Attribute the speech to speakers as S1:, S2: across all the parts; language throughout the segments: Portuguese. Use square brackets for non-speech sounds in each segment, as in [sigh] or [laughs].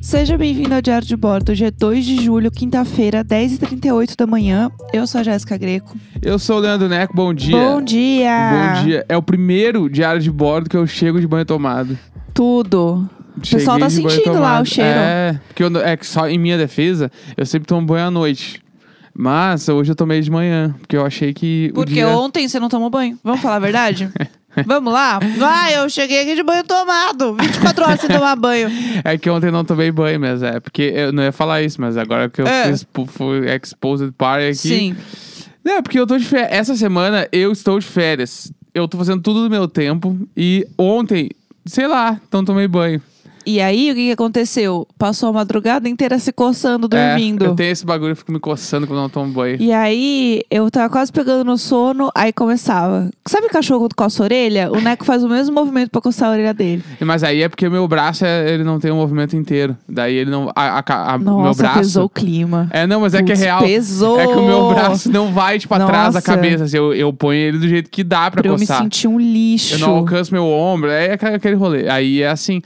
S1: Seja bem-vindo ao Diário de Bordo. Hoje é 2 de julho, quinta-feira, 10h38 da manhã. Eu sou a Jéssica Greco.
S2: Eu sou o Leandro Neco, bom dia.
S1: Bom dia!
S2: Bom dia. É o primeiro diário de bordo que eu chego de banho tomado.
S1: Tudo.
S2: O
S1: pessoal tá sentindo lá o cheiro.
S2: É, porque eu, não- é que só em minha defesa, eu sempre tomo banho à noite. Mas hoje eu tomei de manhã, porque eu achei que o
S1: Porque
S2: dia...
S1: ontem você não tomou banho. Vamos falar a
S2: [laughs]
S1: verdade? Vamos lá? Ah, eu cheguei aqui de banho tomado. 24 horas sem tomar banho.
S2: É que ontem eu não tomei banho, mas é, porque eu não ia falar isso, mas agora que eu
S1: É.
S2: fui, expo- fui exposed party aqui...
S1: Sim.
S2: É, porque eu tô de férias. Essa semana eu estou de férias. Eu tô fazendo tudo do meu tempo e ontem, sei lá, então tomei banho.
S1: E aí, o que, que aconteceu? Passou a madrugada inteira se coçando, dormindo.
S2: É, eu tenho esse bagulho, eu fico me coçando quando eu não tomo banho.
S1: E aí, eu tava quase pegando no sono, aí começava. Sabe cachorro quando coça a orelha? O Neco faz o mesmo movimento pra coçar a orelha dele.
S2: Mas aí é porque meu braço, é- ele não tem o movimento inteiro. Daí ele não... A, a- a-
S1: Nossa,
S2: meu braço...
S1: pesou o clima.
S2: É, não, mas é que é
S1: Putz,
S2: real.
S1: pesou.
S2: É que o meu braço não vai, tipo, atrás da
S1: Nossa.
S2: cabeça. assim, eu, eu ponho ele do jeito que dá pra,
S1: Pra eu me
S2: coçar.
S1: sentir um lixo.
S2: Eu não alcanço meu ombro, é aqua- aquele rolê. Aí é assim.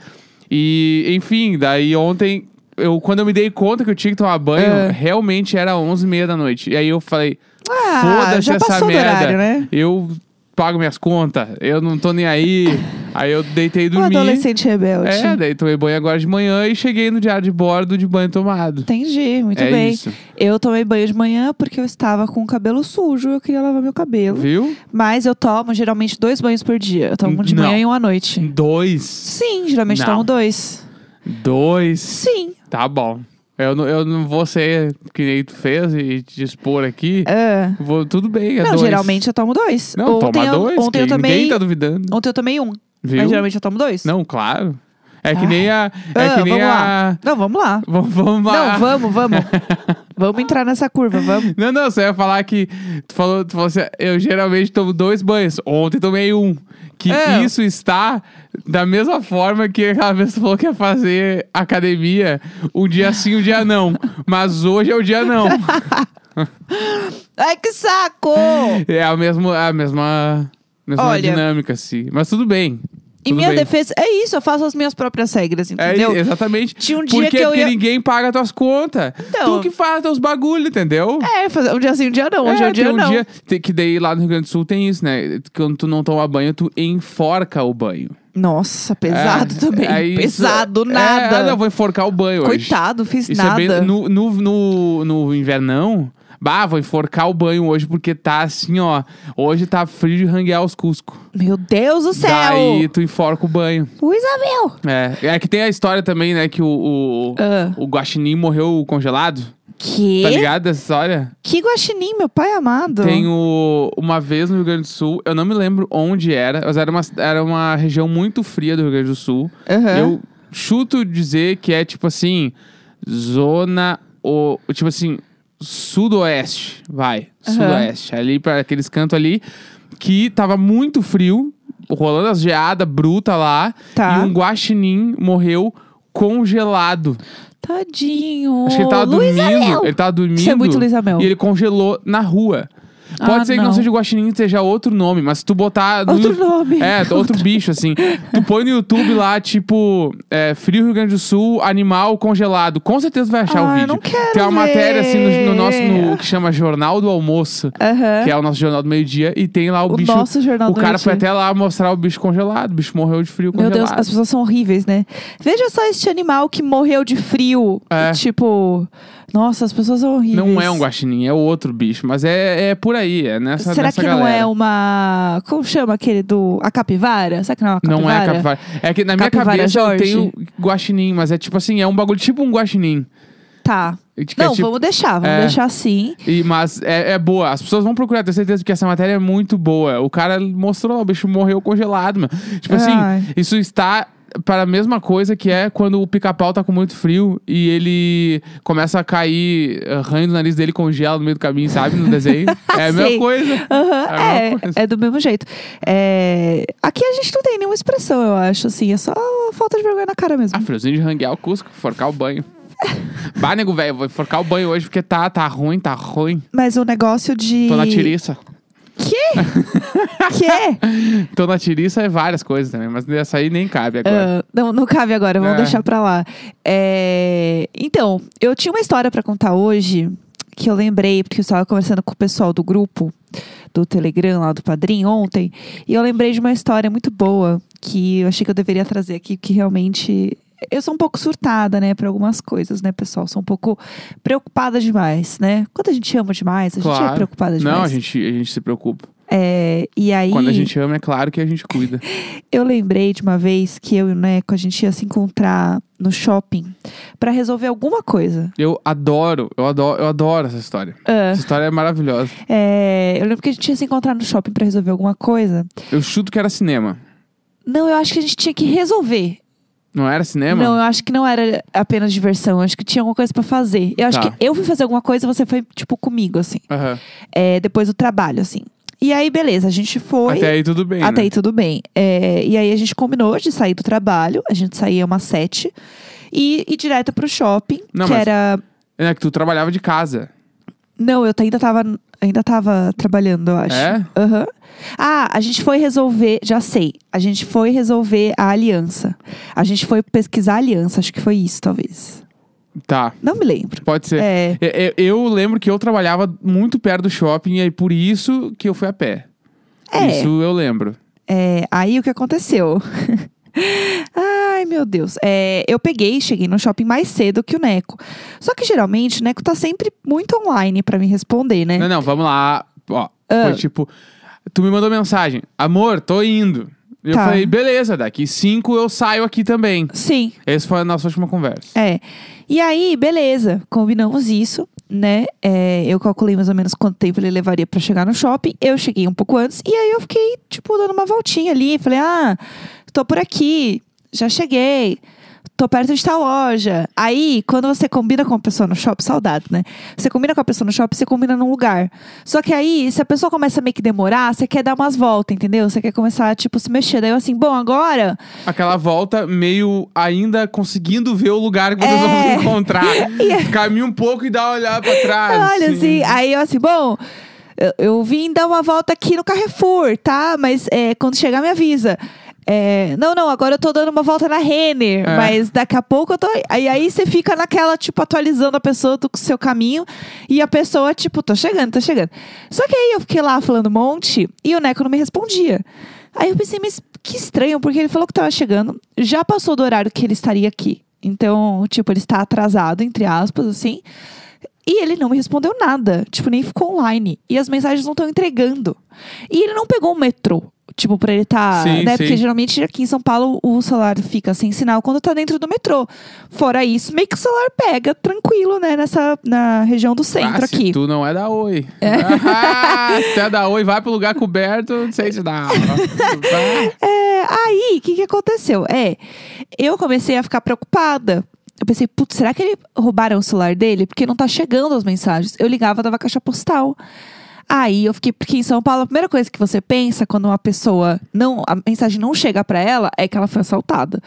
S2: E, enfim, daí ontem, eu, quando eu me dei conta que eu tinha que tomar banho,
S1: É.
S2: realmente era 11h30 da noite. E aí eu falei,
S1: Ah,
S2: foda-se
S1: já
S2: essa
S1: passou do
S2: merda.
S1: horário, né?
S2: Eu pago minhas contas, eu não tô nem aí. aí eu deitei e
S1: um
S2: dormi.
S1: adolescente rebelde.
S2: é, daí tomei banho agora de manhã e cheguei no diário de bordo de banho tomado.
S1: Entendi, muito
S2: é
S1: bem.
S2: isso,
S1: Eu tomei banho de manhã porque eu estava com o cabelo sujo, eu queria lavar meu cabelo.
S2: viu?
S1: Mas eu tomo geralmente dois banhos por dia. Eu tomo um de
S2: Não.
S1: manhã e um à noite.
S2: Dois.
S1: Sim, geralmente eu
S2: Não.
S1: tomo dois.
S2: Dois.
S1: Sim.
S2: Tá bom. Eu não, eu não vou ser que nem tu fez e te expor aqui.
S1: Ah.
S2: Vou, tudo bem, é
S1: não,
S2: dois.
S1: geralmente eu tomo dois.
S2: Não,
S1: ontem
S2: toma
S1: eu,
S2: dois.
S1: Ontem eu
S2: que
S1: tomei.
S2: Ninguém tá duvidando.
S1: Ontem eu tomei um.
S2: Viu?
S1: Mas geralmente eu tomo dois.
S2: Não, claro. É que
S1: Ah.
S2: nem a. É
S1: Ah,
S2: que nem
S1: vamos
S2: a.
S1: lá. Não, vamos lá.
S2: Vamos, vamos lá.
S1: Não, vamos, vamos. vamos entrar nessa curva, vamos.
S2: [laughs] Não, não, você ia falar que. Tu falou, tu falou assim, eu geralmente tomo dois banhos. Ontem tomei um. Que
S1: É.
S2: isso está da mesma forma que aquela vez que tu falou que ia fazer academia um dia sim, um
S1: [laughs]
S2: dia não. Mas hoje é o dia não.
S1: Ai, que
S2: [laughs]
S1: saco!
S2: É a mesma, a mesma, mesma
S1: Olha.
S2: dinâmica, assim. Mas tudo bem.
S1: Em
S2: Tudo
S1: minha
S2: bem.
S1: defesa, é isso, eu faço as minhas próprias regras,
S2: É,
S1: entendeu?
S2: exatamente.
S1: Tinha um
S2: Por
S1: dia
S2: quê?
S1: que eu
S2: Porque
S1: ia-
S2: ninguém paga tuas contas.
S1: Então.
S2: Tu que faz teus bagulho, entendeu?
S1: É, fazer um dia sim, um dia não. Hoje é, um
S2: tem
S1: dia
S2: um
S1: não.
S2: dia tem- que daí lá no Rio Grande do Sul tem isso, né? Quando tu não toma banho, tu enforca o banho.
S1: Nossa, pesado
S2: É,
S1: também.
S2: é isso.
S1: pesado,
S2: É,
S1: nada.
S2: ah, não, vou enforcar o banho hoje.
S1: Coitado, fiz
S2: Isso
S1: nada.
S2: é bem no, no, no, no invernão. Bah, vou enforcar o banho hoje porque tá assim, ó. Hoje tá frio de ranguear os cusco.
S1: Meu Deus do céu!
S2: Daí tu enforca o banho.
S1: O Isabel!
S2: É. É que tem a história também, né? Que o, o,
S1: Ah.
S2: o guaxinim morreu congelado.
S1: Que?
S2: Tá ligado essa história?
S1: Que guaxinim, meu pai amado.
S2: Tem um- o, uma vez no Rio Grande do Sul, eu não me lembro onde era, mas era uma, era uma região muito fria do Rio Grande do Sul.
S1: Aham.
S2: Eu chuto dizer que é tipo assim, zona. O, tipo assim, sudoeste, vai.
S1: Aham.
S2: Sudoeste. Ali para aqueles cantos ali. Que tava muito frio, rolando as geadas bruta lá.
S1: Tá.
S2: E um guaxinim morreu congelado.
S1: Tadinho.
S2: Acho que ele tava
S1: Luiz
S2: dormindo.
S1: Abel.
S2: Ele tava dormindo.
S1: Isso é muito Luiz Abel.
S2: E ele congelou na rua. Pode
S1: Ah,
S2: ser que não
S1: não.
S2: seja guaxinim, seja outro nome, mas se tu botar. no-
S1: Outro nome. [laughs]
S2: É, outro, bicho, assim. Tu põe no YouTube lá, tipo, é, Frio Rio Grande do Sul, animal congelado. Com certeza vai achar
S1: Ah,
S2: o
S1: eu
S2: vídeo.
S1: não quero
S2: Tem uma matéria, assim, no, no nosso. no-
S1: ver.
S2: que chama Jornal do Almoço,
S1: Aham.
S2: que é o nosso jornal do meio-dia, e tem lá é o,
S1: O
S2: bicho.
S1: nosso jornal
S2: o
S1: do
S2: cara foi
S1: meio-dia.
S2: até lá mostrar o bicho congelado. O bicho morreu de frio
S1: Meu
S2: congelado.
S1: Deus, as pessoas são horríveis, né? Veja só este animal que morreu de frio.
S2: É.
S1: Tipo, nossa, as pessoas são horríveis.
S2: Não é um guaxinim, é outro bicho, mas é, é por aí, é nessa
S1: Será
S2: nessa
S1: que não é
S2: galera.
S1: uma. Como chama aquele do. A capivara? Será que não é uma capivara?
S2: Não é capivara. É que na minha
S1: Capivara
S2: cabeça
S1: Jorge?
S2: eu tenho guaxinim, mas é tipo assim, é um bagulho tipo um guaxinim.
S1: Tá.
S2: Que é
S1: Não,
S2: tipo-
S1: vamos deixar, vamos
S2: É.
S1: deixar assim.
S2: e- mas é, é boa, as pessoas vão procurar, tenho certeza, porque essa matéria é muito boa. O cara mostrou lá, o bicho morreu congelado, mano. Tipo
S1: Ai.
S2: assim, isso está para a mesma coisa que é quando o pica-pau tá com muito frio e ele começa a cair, eh, ranho do nariz dele congela no meio do caminho, sabe? No
S1: [laughs]
S2: desenho. é a mesma
S1: Sim.
S2: coisa.
S1: Aham,
S2: É a
S1: é,
S2: mesma coisa.
S1: é do mesmo jeito. É, Aqui a gente não tem nenhuma expressão, eu acho, assim. É só falta de vergonha na cara mesmo.
S2: Ah, friozinho de ranguear o Cusco, forcar
S1: [laughs]
S2: o banho. bah, nego, velho, vou forcar o banho hoje porque tá, tá ruim, tá ruim.
S1: Mas o negócio de.
S2: Tô na tiriça.
S1: [laughs] Que? é Quê?
S2: Então na tiriça é várias coisas também, mas essa aí nem cabe agora.
S1: Ah, não, não cabe agora, vamos
S2: É.
S1: deixar pra lá. É, Então, eu tinha uma história pra contar hoje que eu lembrei, porque eu estava conversando com o pessoal do grupo do Telegram, lá do Padrim, ontem, e eu lembrei de uma história muito boa que eu achei que eu deveria trazer aqui, que realmente. Eu sou um pouco surtada, né, pra algumas coisas, né, pessoal? Sou um pouco preocupada demais, né? Quando a gente ama demais, a gente é preocupada demais.
S2: Não, a gente, a gente se preocupa.
S1: É, e aí.
S2: Quando a gente ama, é claro que a gente cuida.
S1: Eu lembrei de uma vez que eu e o Neco, a gente ia se encontrar no shopping pra resolver alguma coisa.
S2: Eu adoro, eu adoro, eu adoro essa história.
S1: Ah,
S2: Essa história é maravilhosa.
S1: é, eu lembro que a gente ia se encontrar no shopping pra resolver alguma coisa.
S2: Eu chuto que era cinema.
S1: Não, eu acho que a gente tinha que resolver.
S2: Não era cinema?
S1: não, eu acho que não era apenas diversão. Eu acho que tinha alguma coisa pra fazer. Eu acho
S2: Tá.
S1: que eu fui fazer alguma coisa, você foi, tipo, comigo, assim.
S2: Aham.
S1: É, depois do trabalho, assim. E aí, beleza, a gente foi.
S2: Até aí tudo bem.
S1: Até
S2: né?
S1: aí tudo bem. É, e aí a gente combinou de sair do trabalho, a gente saía umas sete e ir direto pro shopping,
S2: Não,
S1: que
S2: mas-
S1: era.
S2: É que tu trabalhava de casa.
S1: Não, eu t- ainda tava, ainda tava trabalhando, eu acho.
S2: É?
S1: Aham. Ah, a gente foi resolver, já sei. A gente foi resolver a aliança. A gente foi pesquisar a aliança, acho que foi isso, talvez.
S2: Tá,
S1: Não me lembro.
S2: pode ser.
S1: É.
S2: Eu, eu lembro que eu trabalhava muito perto do shopping e aí por isso que eu fui a pé.
S1: É.
S2: Isso eu lembro.
S1: É, aí o que aconteceu? [laughs] Ai, meu Deus. É, eu peguei e cheguei no shopping mais cedo que o Neco. Só que geralmente o Neco tá sempre muito online pra me responder, né?
S2: Não, é não, vamos lá. Ó,
S1: Ah.
S2: Foi tipo, tu me mandou mensagem, amor, tô indo. E Eu
S1: Tá.
S2: falei, beleza, daqui cinco eu saio aqui também.
S1: Sim,
S2: Essa foi a nossa última conversa.
S1: é. E aí, beleza, combinamos isso, né? É, eu calculei mais ou menos quanto tempo ele levaria pra chegar no shopping. Eu cheguei um pouco antes e aí eu fiquei, tipo, dando uma voltinha ali. Falei, ah, tô por aqui, já cheguei. Tô perto de tal loja. Aí, quando você combina com a pessoa no shopping, saudade, né? Você combina com a pessoa no shopping, você combina num lugar. Só que aí, se a pessoa começa a meio que demorar, você quer dar umas voltas, entendeu? Você quer começar, tipo, se mexer. Daí eu assim, bom, agora
S2: Aquela volta meio ainda conseguindo ver o lugar que vocês
S1: É.
S2: vão se encontrar.
S1: [laughs]
S2: Caminha um pouco e dá uma olhada pra trás.
S1: Olha, assim, aí eu assim, bom, eu, eu vim dar uma volta aqui no Carrefour, tá? Mas é, quando chegar, me avisa. É, não, não, agora eu tô dando uma volta na Renner,
S2: É.
S1: mas daqui a pouco eu tô. Aí, aí você fica naquela, tipo, atualizando a pessoa do seu caminho e a pessoa, tipo, tô chegando, tô chegando. Só que aí eu fiquei lá falando um monte e o Neco não me respondia. Aí eu pensei, mas que estranho, porque ele falou que tava chegando, já passou do horário que ele estaria aqui. Então, tipo, ele está atrasado, entre aspas, assim. E ele não me respondeu nada. Tipo, nem ficou online. E as mensagens não estão entregando. E ele não pegou o metrô. Tipo, pra ele tá.
S2: Sim,
S1: né?
S2: sim.
S1: Porque geralmente aqui em São Paulo o celular fica sem sinal quando tá dentro do metrô. Fora isso, meio que o celular pega tranquilo, né? Nessa, na região do centro
S2: ah,
S1: aqui.
S2: Se tu não é da Oi. Ah, se tu é da Oi, vai pro lugar coberto, não sei se dá. [laughs] Vai.
S1: É, aí, o que, que aconteceu? É, eu comecei a ficar preocupada. Eu pensei, putz, será que ele roubaram o celular dele? Porque não tá chegando as mensagens. Eu ligava, dava caixa postal. Aí eu fiquei, porque em São Paulo, a primeira coisa que você pensa quando uma pessoa não, a mensagem não chega pra ela é que ela foi assaltada.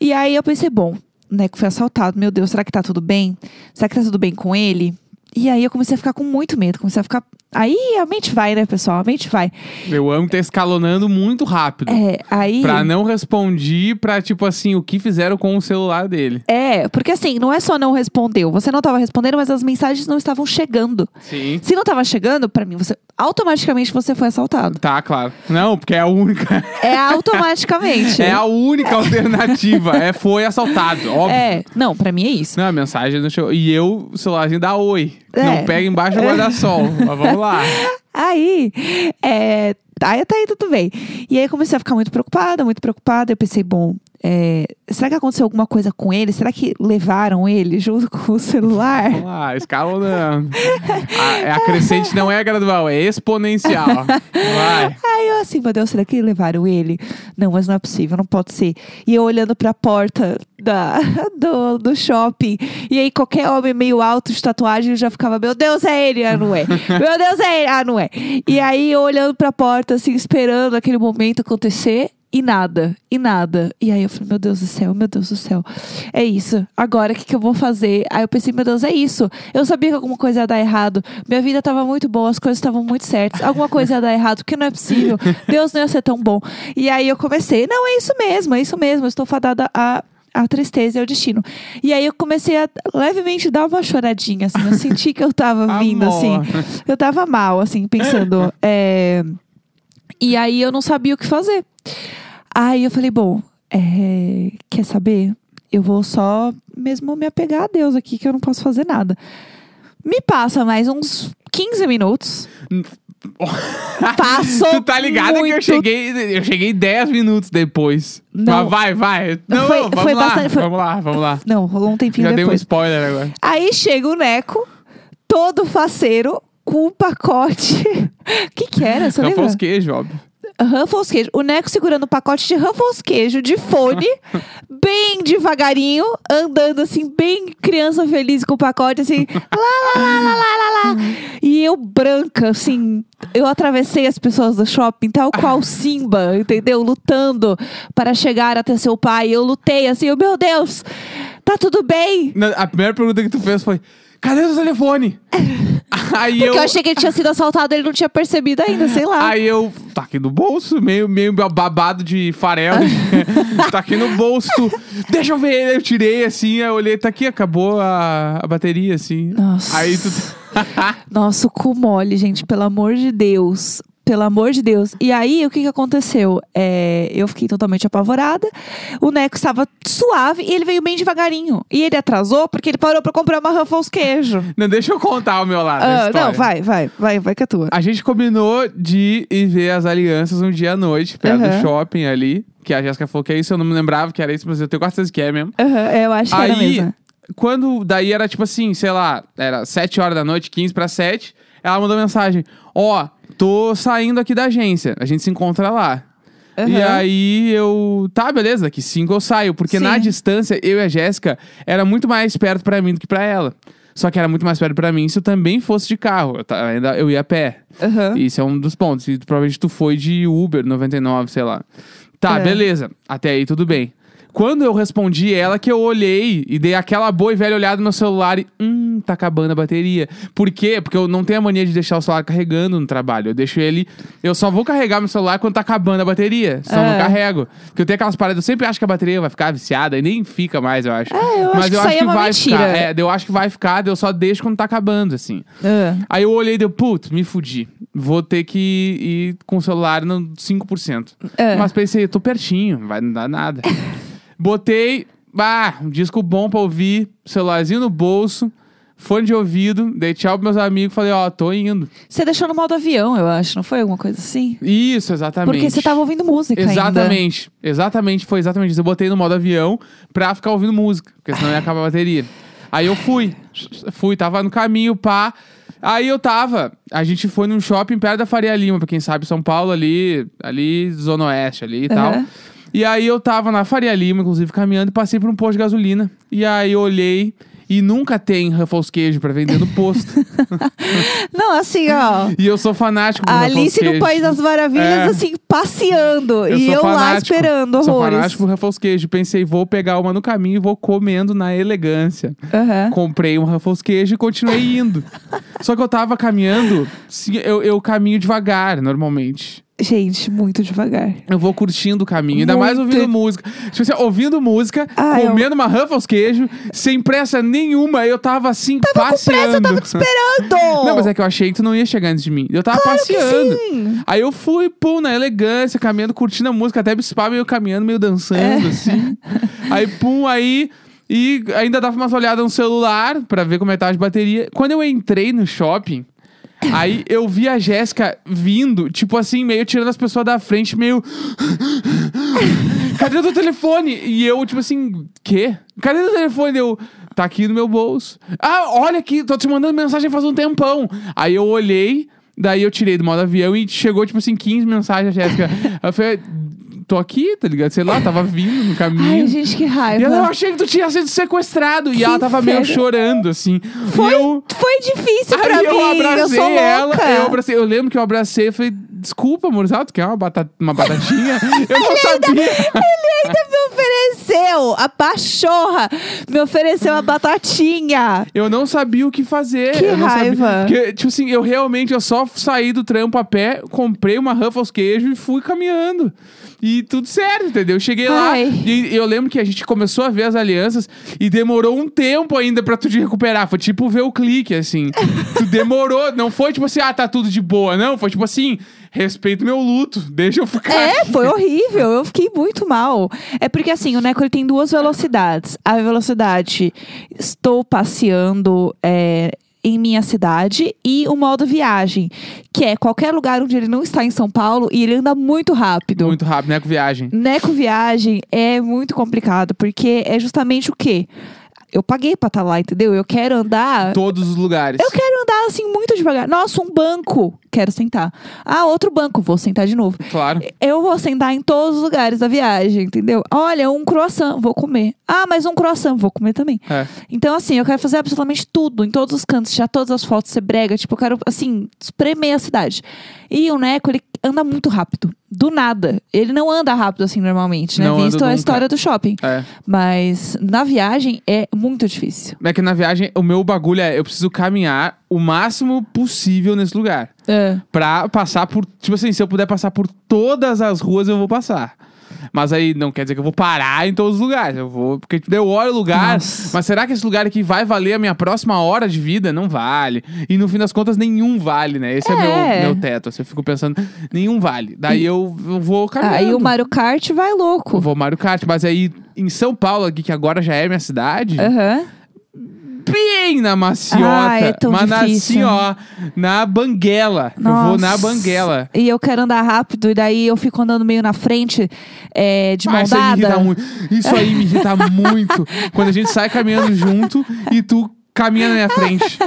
S1: E aí eu pensei, bom, né, que foi assaltado, meu Deus, será que tá tudo bem? Será que tá tudo bem com ele? E aí eu comecei a ficar com muito medo, comecei a ficar. Aí a mente vai, né, pessoal? A mente vai.
S2: Eu amo que tá escalonando muito rápido.
S1: É, aí.
S2: Pra não responder, pra tipo assim, o que fizeram com o celular dele.
S1: É, porque assim, não é só não respondeu. Você não estava respondendo, mas as mensagens não estavam chegando.
S2: Sim.
S1: Se não estava chegando, pra mim, você automaticamente você foi assaltado.
S2: Tá, claro. Não, porque é a única. [laughs]
S1: É automaticamente.
S2: É a única alternativa. É foi assaltado, óbvio. Né?
S1: É, não, pra mim é isso.
S2: Não, a mensagem não chegou. E eu, o celularzinho dá oi.
S1: É.
S2: Não pega embaixo do
S1: [laughs]
S2: guarda-sol. Mas vamos lá.
S1: Aí, é, aí até aí tudo bem. E aí eu comecei a ficar muito preocupada, muito preocupada. Eu pensei, bom, é, será que aconteceu alguma coisa com ele? Será que levaram ele junto com o celular?
S2: Vamos lá, escalonando. A, a crescente não é gradual, é exponencial. Vai.
S1: Aí eu assim, meu Deus, será que levaram ele? Não, mas não é possível, não pode ser. E eu olhando pra porta da, [laughs] do, do shopping. E aí qualquer homem meio alto de tatuagem eu já ficava, meu Deus, é ele, ah, não é. Meu Deus, é ele, ah, não é. E aí eu olhando pra porta, assim, esperando aquele momento acontecer. E nada, e nada. E aí eu falei, meu Deus do céu, meu Deus do céu. É isso. Agora o que, que eu vou fazer? Aí eu pensei, meu Deus, é isso. Eu sabia que alguma coisa ia dar errado. Minha vida tava muito boa, as coisas estavam muito certas. Alguma coisa ia dar errado, porque não é possível. Deus não ia ser tão bom. E aí eu comecei, não, é isso mesmo, é isso mesmo. Eu estou fadada a a tristeza é o destino. E aí eu comecei a levemente dar uma choradinha, assim. Eu senti que eu tava vindo,
S2: Amor.
S1: assim. Eu tava mal, assim, pensando. é, E aí eu não sabia o que fazer. Aí eu falei, bom, é, quer saber? Eu vou só mesmo me apegar a Deus aqui, que eu não posso fazer nada. Me passa mais uns 15 minutos. Passou
S2: tu tá ligado que eu
S1: muito
S2: cheguei, eu cheguei 10 minutos depois.
S1: Não.
S2: Mas vai, vai. Não,
S1: Foi-
S2: vamos
S1: foi
S2: lá.
S1: bastante- foi-
S2: Vamos lá, vamos lá.
S1: Não, rolou um tempinho
S2: Já dei um
S1: depois.
S2: spoiler agora.
S1: Aí chega o Neco, todo faceiro, com um pacote. [laughs] O que que era? Você lembra?
S2: Ruffles queijo, óbvio.
S1: Ruffles queijo. O Neco segurando o pacote de Ruffles queijo de fone, bem devagarinho, andando assim, bem criança feliz com o pacote, assim, lá, lá, lá, lá, lá, lá, lá. E eu branca, assim, eu atravessei as pessoas do shopping, tal qual Simba, entendeu? Lutando para chegar até seu pai. Eu lutei, assim, eu, meu Deus, tá tudo bem?
S2: Na- A primeira pergunta que tu fez foi: cadê
S1: [laughs]
S2: o telefone? Aí
S1: Porque eu... achei que ele tinha sido assaltado, ele não tinha percebido ainda, sei lá.
S2: [laughs] Aí eu, tá aqui no bolso, meio, meio babado de
S1: [laughs]
S2: farelo. tá aqui no bolso, tu, deixa eu ver. Aí Eu tirei assim, aí eu olhei, tá aqui, acabou a, a bateria, assim.
S1: Nossa.
S2: Aí tu.
S1: Nossa, o cu mole, gente, pelo amor de Deus. Pelo amor de Deus. E aí, o que que aconteceu? É, eu fiquei totalmente apavorada. O Neco estava suave e ele veio bem devagarinho. E ele atrasou porque ele parou pra comprar uma
S2: [laughs]
S1: Ruffles queijo.
S2: Não, deixa eu contar o meu lado. da
S1: Ah,
S2: história.
S1: não, vai, vai, vai, vai que é tua.
S2: A gente combinou de ir ver as alianças um dia à noite, perto
S1: Aham.
S2: do shopping ali. Que a Jéssica falou que é isso, eu não me lembrava que era isso, mas eu tenho quase certeza que é mesmo.
S1: Aham, é, eu acho que era
S2: Aí,
S1: mesmo.
S2: quando daí era tipo assim, sei lá, era 7 horas da noite, 15 pra 7, ela mandou mensagem: Ó, tô saindo aqui da agência, a gente se encontra lá. E
S1: Aham.
S2: aí eu. Tá, beleza, daqui 5 eu saio, porque na
S1: Sim.
S2: distância eu e a Jéssica era muito mais perto pra mim do que pra ela. Só que era muito mais perto pra mim se eu também fosse de carro. Eu, ta- ainda, eu ia a pé.
S1: Aham.
S2: Isso é um dos pontos. E tu- provavelmente tu foi de Uber 99, sei lá. Tá,
S1: É.
S2: beleza. Até aí tudo bem. Quando eu respondi ela que eu olhei e dei aquela boa e velha olhada no meu celular e, hum, tá acabando a bateria. Por quê? Porque eu não tenho a mania de deixar o celular carregando no trabalho. Eu deixo ele. Eu só vou carregar meu celular quando tá acabando a bateria. Senão eu não
S1: É.
S2: carrego. Porque eu tenho aquelas paradas, eu sempre acho que a bateria vai ficar viciada e nem fica mais, eu acho.
S1: É, eu acho
S2: Mas
S1: que isso aí
S2: eu acho
S1: é
S2: que
S1: uma
S2: vai
S1: mentira.
S2: ficar. É, eu acho que vai ficar, daí eu só deixo quando tá acabando, assim.
S1: Ah,
S2: Aí eu olhei e deu, putz, me fudi. Vou ter que ir com o celular no 5%.
S1: É.
S2: Mas pensei, eu tô pertinho, não vai não dar nada.
S1: [laughs]
S2: Botei, bah, um disco bom pra ouvir, celularzinho no bolso, fone de ouvido, dei tchau pros meus amigos, falei, ó, tô indo.
S1: Você deixou no modo avião, eu acho, não foi alguma coisa assim?
S2: Isso, exatamente.
S1: Porque você tava ouvindo música ainda.
S2: Exatamente, exatamente, foi exatamente isso. Eu botei no modo avião pra ficar ouvindo música, porque senão ia acabar a bateria. Aí eu fui, fui, tava no caminho, pá. Aí eu tava, a gente foi num shopping perto da Faria Lima, pra quem sabe, São Paulo ali, ali, Zona Oeste ali e tal.
S1: Aham.
S2: E aí eu tava na Faria Lima, inclusive, caminhando e passei por um posto de gasolina. E aí eu olhei e nunca tem Ruffles Queijo pra vender no
S1: [laughs]
S2: posto.
S1: Não, assim, ó.
S2: e eu sou fanático por
S1: A
S2: Ruffles
S1: Alice
S2: Queijo.
S1: no País das Maravilhas,
S2: É.
S1: assim, passeando. e
S2: sou
S1: eu lá
S2: fanático.
S1: esperando
S2: sou
S1: horrores.
S2: fanático por Ruffles Queijo. Pensei, vou pegar uma no caminho e vou comendo na elegância.
S1: Aham.
S2: Comprei um Ruffles Queijo e continuei
S1: [laughs]
S2: indo. Só que eu tava caminhando, sim, eu, eu caminho devagar, normalmente.
S1: Gente, muito devagar.
S2: Eu vou curtindo o caminho, ainda mais
S1: Muito.
S2: ouvindo música. Tipo assim, ouvindo música,
S1: Ah, eu-
S2: comendo uma Ruffles Queijo, sem pressa nenhuma. Eu tava assim, passeando.
S1: Pressa, eu tava te esperando!
S2: Não, mas é que eu achei que tu não ia chegar antes de mim. Eu tava
S1: Oh. que
S2: passeando.
S1: sim.
S2: Aí eu fui, pum, na elegância, caminhando, curtindo a música, até me spa, meio caminhando, meio
S1: É.
S2: dançando, assim. Aí, pum, aí. E ainda dava umas olhadas no celular pra ver como é que tava de bateria. Quando eu entrei no shopping, aí eu vi a Jéssica vindo, tipo assim, meio tirando as pessoas da frente, meio. Cadê o teu telefone? E eu, tipo assim, quê? Cadê o teu telefone? Eu, tá aqui no meu bolso. Ah, olha aqui, tô te mandando mensagem faz um tempão. Aí eu olhei, daí eu tirei do modo avião e chegou, tipo assim, 15 mensagens, a Jéssica. Aí eu falei, tô aqui, tá ligado? Sei lá, tava vindo no caminho.
S1: Ai, gente, que
S2: e
S1: raiva.
S2: ela, eu achei que tu tinha sido sequestrado. e
S1: Que
S2: ela tava meio
S1: inferno.
S2: chorando, assim. E
S1: Foi,
S2: eu...
S1: foi difícil pra
S2: Aí
S1: mim.
S2: eu abracei
S1: eu sou
S2: ela,
S1: louca.
S2: eu abracei. Eu lembro que eu abracei e falei, desculpa, Murzal, tu quer uma, batata,
S1: [laughs]
S2: uma batatinha? eu não sabia.
S1: [laughs] Ele ainda me ofereceu a pachorra. Me ofereceu a batatinha.
S2: Eu não sabia o que fazer.
S1: Que
S2: eu não sabia-
S1: raiva.
S2: Porque, tipo assim, eu realmente eu só saí do trampo a pé, comprei uma Ruffles queijo e fui caminhando. E tudo certo, entendeu? Cheguei lá
S1: Ai.
S2: e eu lembro que a gente começou a ver as alianças e demorou um tempo ainda pra tu te recuperar. Foi tipo ver o
S1: [laughs]
S2: clique, assim. tu demorou, não foi tipo assim, ah, tá tudo de boa. Não, foi tipo assim, respeito meu luto, deixa eu ficar.
S1: É, foi horrível. Eu fiquei muito mal. É porque assim, o Neco ele tem duas velocidades. A velocidade estou passeando é, em minha cidade e o modo viagem, que é qualquer lugar onde ele não está em São Paulo e ele anda muito rápido.
S2: Muito rápido, né, com viagem.
S1: Neco viagem é muito complicado porque é justamente o quê? Eu paguei pra estar lá, entendeu? Eu quero andar.
S2: Todos os lugares.
S1: Eu quero andar assim muito devagar. Nossa, um banco. Quero sentar. Ah, outro banco. Vou sentar de novo.
S2: Claro.
S1: Eu vou sentar em todos os lugares da viagem, entendeu? Olha, um croissant, vou comer. Ah, mas um croissant, vou comer também.
S2: É.
S1: Então, assim, eu quero fazer absolutamente tudo, em todos os cantos, tirar todas as fotos, ser brega. Tipo, eu quero, assim, espremer a cidade. E o Neco, ele anda muito rápido. Do nada. Ele não anda rápido assim normalmente, né?
S2: Não anda
S1: Visto a
S2: nunca.
S1: história do shopping.
S2: É.
S1: Mas na viagem é muito difícil.
S2: É que na viagem, o meu bagulho é, eu preciso caminhar o máximo possível nesse lugar.
S1: É.
S2: Pra passar por, tipo assim, se eu puder passar por todas as ruas, eu vou passar. Mas aí não quer dizer que eu vou parar em todos os lugares. Eu vou, porque tipo, eu olho o lugar,
S1: Nossa.
S2: mas será que esse lugar aqui vai valer a minha próxima hora de vida? Não vale. E no fim das contas, nenhum vale, né? Esse é,
S1: É.
S2: meu, meu teto. Assim, eu fico pensando, nenhum vale. Daí eu, eu vou caminhando.
S1: Aí o Mario Kart vai
S2: Eu
S1: louco.
S2: vou Mario Kart. Mas aí, em São Paulo, aqui, que agora já é minha cidade
S1: Aham.
S2: bem na maciota.
S1: Ah, é tão
S2: mas na-
S1: difícil.
S2: assim, ó, na banguela. Eu vou na banguela.
S1: E eu quero andar rápido, e daí eu fico andando meio na frente, é, de
S2: Ah,
S1: mão
S2: isso aí me irrita
S1: dada.
S2: muito. Isso aí
S1: [laughs]
S2: me irrita muito. Quando a gente sai caminhando junto e tu caminha na minha frente.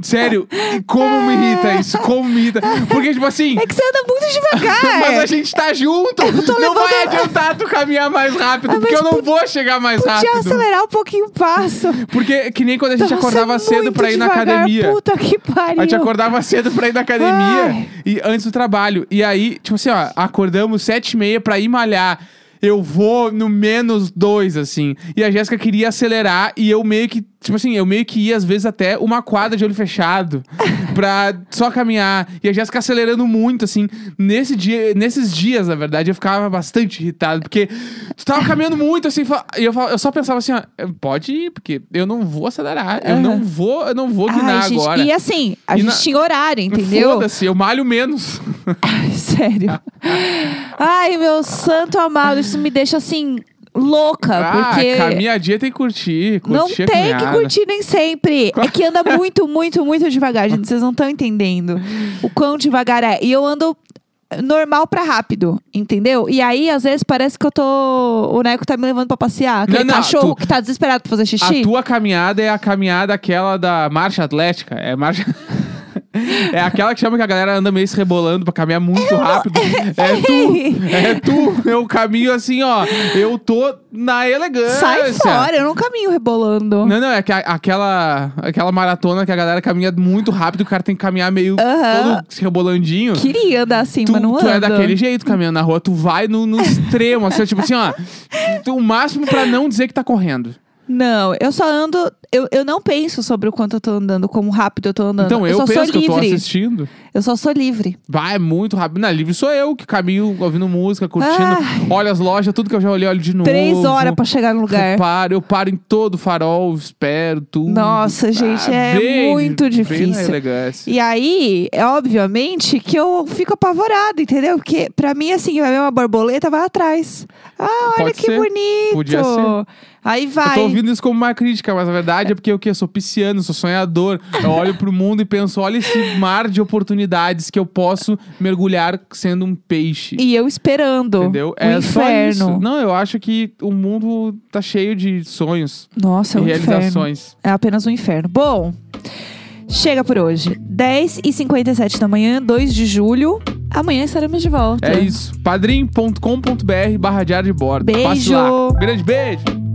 S2: Sério, e como me irrita isso, como me irrita. Porque, tipo assim.
S1: É que você anda muito
S2: [laughs] Mas a
S1: devagar.
S2: gente tá junto!
S1: tô
S2: Não vai
S1: levando-
S2: adiantar tu caminhar mais rápido,
S1: Ah,
S2: porque
S1: mas
S2: eu não
S1: po-
S2: vou chegar mais
S1: Podia
S2: rápido.
S1: acelerar um pouquinho o passo.
S2: Porque que nem quando a gente
S1: Nossa,
S2: acordava
S1: é
S2: cedo
S1: muito
S2: pra ir na
S1: devagar,
S2: academia.
S1: Puta que pariu.
S2: A gente acordava cedo pra ir na academia
S1: Ai.
S2: e antes do trabalho. E aí, tipo assim, ó, acordamos sete e meia pra ir malhar. Eu vou no menos dois, assim. E a Jéssica queria acelerar e eu meio que, tipo assim, eu meio que ia às vezes até uma quadra de olho
S1: [laughs]
S2: fechado pra só caminhar. E a Jéssica acelerando muito, assim. Nesse dia, nesses dias, na verdade, eu ficava bastante irritado porque tu tava caminhando muito, assim. fa- E eu, fa- eu só pensava assim, ó, pode ir, porque eu não vou acelerar. Eu não vou, eu não vou
S1: Ai,
S2: guinar
S1: gente,
S2: agora.
S1: E assim, a
S2: E
S1: gente
S2: na-
S1: tinha horário, entendeu?
S2: Foda-se, eu malho menos.
S1: Ai, [laughs] Sério. Ai, meu santo amado, isso me deixa assim, louca.
S2: ah,
S1: porque.
S2: caminhadinha tem que curtir. curtir
S1: Não
S2: a
S1: tem que
S2: caminhada.
S1: curtir nem sempre. É que
S2: [laughs]
S1: anda muito, muito, muito devagar, gente. Vocês não estão entendendo o quão devagar é. E eu ando normal pra rápido, entendeu? E aí, às vezes, parece que eu tô. O Neco tá me levando pra passear. Aquele
S2: Não, não,
S1: cachorro
S2: tu-
S1: que tá desesperado pra fazer
S2: A
S1: xixi.
S2: tua caminhada é a caminhada aquela da marcha atlética. É marcha... [laughs] É aquela que chama que a galera anda meio se rebolando pra caminhar
S1: [laughs]
S2: muito rápido. É tu, é tu. Eu caminho assim, ó. Eu tô na elegância.
S1: Sai fora, eu não caminho rebolando.
S2: Não, não, é que a- aquela, aquela maratona que a galera caminha muito rápido, o cara tem que caminhar meio
S1: Aham.
S2: todo se rebolandinho.
S1: Queria andar assim,
S2: tu,
S1: mas não
S2: tu
S1: ando.
S2: é daquele jeito caminhando na rua, tu vai no, no extremo, assim, tipo assim, ó. tu- o máximo pra não dizer que tá correndo.
S1: Não, eu só ando. Eu, eu não penso sobre o quanto eu tô andando, como rápido eu tô andando.
S2: Então, eu,
S1: só
S2: penso
S1: sou
S2: que eu tô
S1: livre.
S2: assistindo.
S1: eu só sou livre.
S2: Vai, é muito rápido. Na livre sou eu que caminho ouvindo música, curtindo.
S1: Ai.
S2: Olho as lojas, tudo que eu já olhei, olho de novo.
S1: Três horas pra chegar no lugar.
S2: [laughs] Eu paro, eu paro em todo o farol, espero tudo. Ah,
S1: Nossa, gente, é
S2: bem-
S1: muito
S2: bem na
S1: difícil.
S2: elegância.
S1: E aí, é obviamente que eu fico apavorada, entendeu? Porque pra mim, assim, vai ver uma borboleta, vai atrás. Ah, olha
S2: Pode
S1: que
S2: ser.
S1: bonito.
S2: Podia ser.
S1: Aí
S2: Eu tô
S1: vai.
S2: ouvindo isso como uma crítica, mas a verdade é porque eu que eu sou pisciano, sou sonhador. Eu olho pro mundo e penso, olha esse mar de oportunidades que eu posso mergulhar sendo um peixe.
S1: E eu esperando.
S2: Entendeu?
S1: O
S2: é
S1: inferno.
S2: só isso. Não, eu acho que o mundo tá cheio de sonhos
S1: Nossa, é
S2: e
S1: um inferno.
S2: realizações.
S1: É apenas um inferno. Bom, chega por hoje. 10h57 da manhã, 2 de julho. Amanhã estaremos de volta.
S2: É isso. padrim.com.br barra diário de bordo.
S1: Beijo.
S2: Passe lá. Grande beijo.